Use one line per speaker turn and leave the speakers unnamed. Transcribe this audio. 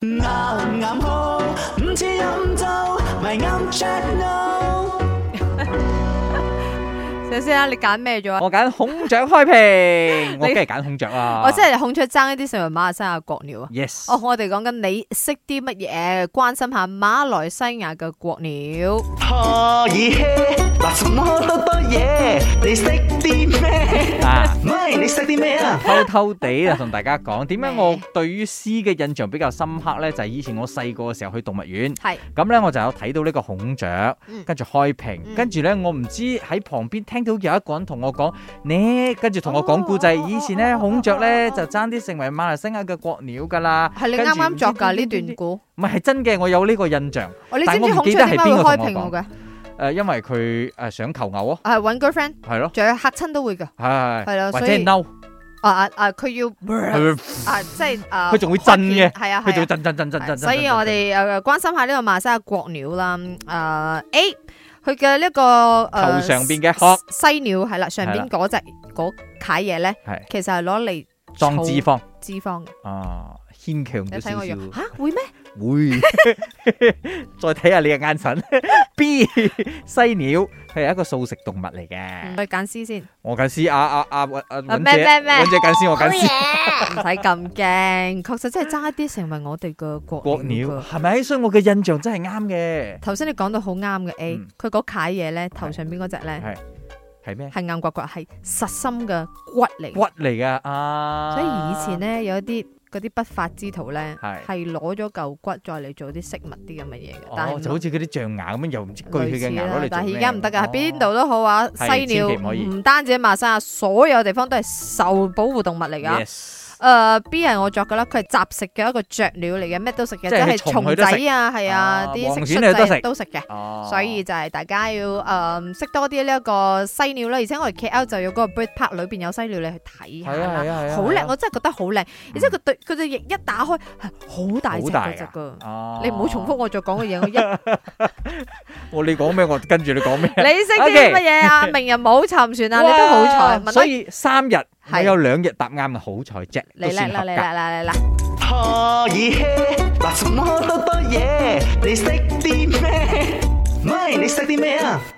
啱啱好，唔似飲酒，咪啱 check no。
首先啦，你揀咩咗啊？
我揀孔雀 開屏，我梗係揀孔雀啦。
我真係孔雀爭一啲成為馬來西亞國鳥啊！
啊 yes，
哦，我哋講緊你識啲乜嘢，關心下馬來西亞嘅國鳥。
可以嘿，嗱什麼都多嘢，你識啲咩？
啊，
咪你識啲咩啊？
偷偷地啊，同大家講，點
咩
解 我對於詩嘅印象比較深刻呢？就係、以前我細個嘅時候去動物園，
係
咁呢，我就有睇到呢個孔雀
嗯，
跟住開屏，
嗯
跟住呢，我唔知喺旁邊聽到有一個人同我講，你跟住同我講故仔，
哦哦哦
以前呢，孔雀呢
哦哦
就爭啲成為馬來西亞嘅國鳥㗎啦。
係你
跟
啱
住
啱作㗎呢
唔知
段故。
唔係係真嘅，我有呢個印象。
哦，你知
但
唔知
我唔
孔雀
記得
點
係
解會
邊個同我
開屏我嘅？
誒、因為佢誒、想求偶啊，
啊，揾 girlfriend，
係咯，
仲有嚇親都會㗎。
係
係啦
或者
所
係
以
嬲，
啊啊啊！佢要
係
啊，即係啊，
佢仲會震嘅
係啊，
佢仲
係
要
啊。
震震震震震。
所以我哋誒關心下呢個馬來西亞國鳥啦。啊 A，佢嘅呢個
頭
誒
上邊嘅殼
犀鳥係啦，上邊嗰只嗰楷嘢咧
係，
其實係攞嚟
壯脂肪
脂肪嘅。
啊，牽強
你
咗
睇
少
我
少。
樣吓會咩？
會， 再睇下你嘅眼神。B 犀鳥佢係一個素食動物嚟
嗯
嘅。
我揀 C 先， 唔
我近先啊啊啊啊啊！
啊
揾
咩
姐
咩咩
揾姐近先，我近先。
使咁驚。確實真係爭一啲成為我哋嘅國
國鳥
鳥㗎。
係咪？所以我嘅印象真係啱嘅。
頭先你講到好啱嘅 A，
嗯
佢嗰楷嘢咧頭上邊嗰只咧
係係咩？
係硬骨骨，係實心嘅骨嚟嘅。
骨嚟㗎啊！
所以以前咧有一啲嗰啲不法之徒咧，
係
係攞咗嚿骨再嚟做啲飾物啲咁嘅嘢嘅。但係
哦，就好似嗰啲象牙咁樣，又唔知鋸佢
類
嘅
似
牙攞
啦
嚟做咩，
但係而家唔得㗎，喺邊
哦
度都好啊。犀
係千祈唔可以
鳥唔單止喺馬來西亞，所有地方都係受保護動物嚟㗎。
Yes
誒、B 呃係我作㗎啦，佢係雜食嘅一個雀鳥嚟嘅，咩都食嘅，
即係
係
蟲
蟲
佢
仔
都食
啊，係啊
啊，
啲
黃
蟋
鱔佢都
蟀仔
食
都食嘅。
哦
所以就係大家要誒識多啲呢一個犀鳥啦，而且我哋 KL 就有嗰個 bird park 裏邊有犀鳥你去睇下
係啊係
啦，
啊係啊
好
係
靚，
啊嗯
我真係覺得好靚，而且佢對佢隻翼一打開係好大隻
好大
嗰
㗎
只噶，
哦
你唔好重複。我再講嘅嘢，我一 你
我哦你講咩，我跟住你 講咩。
識啲乜嘢啊？明日冇沉船啊，你都好彩，問
所
多
以三日我
係
有兩日答啱嘅，啊好彩啫，
你
都
叻
算
啦，
合
你
格。
叻啦，你叻啦。
可以嘿，嗱什麼都多嘢，你識啲咩？咪你識啲咩啊？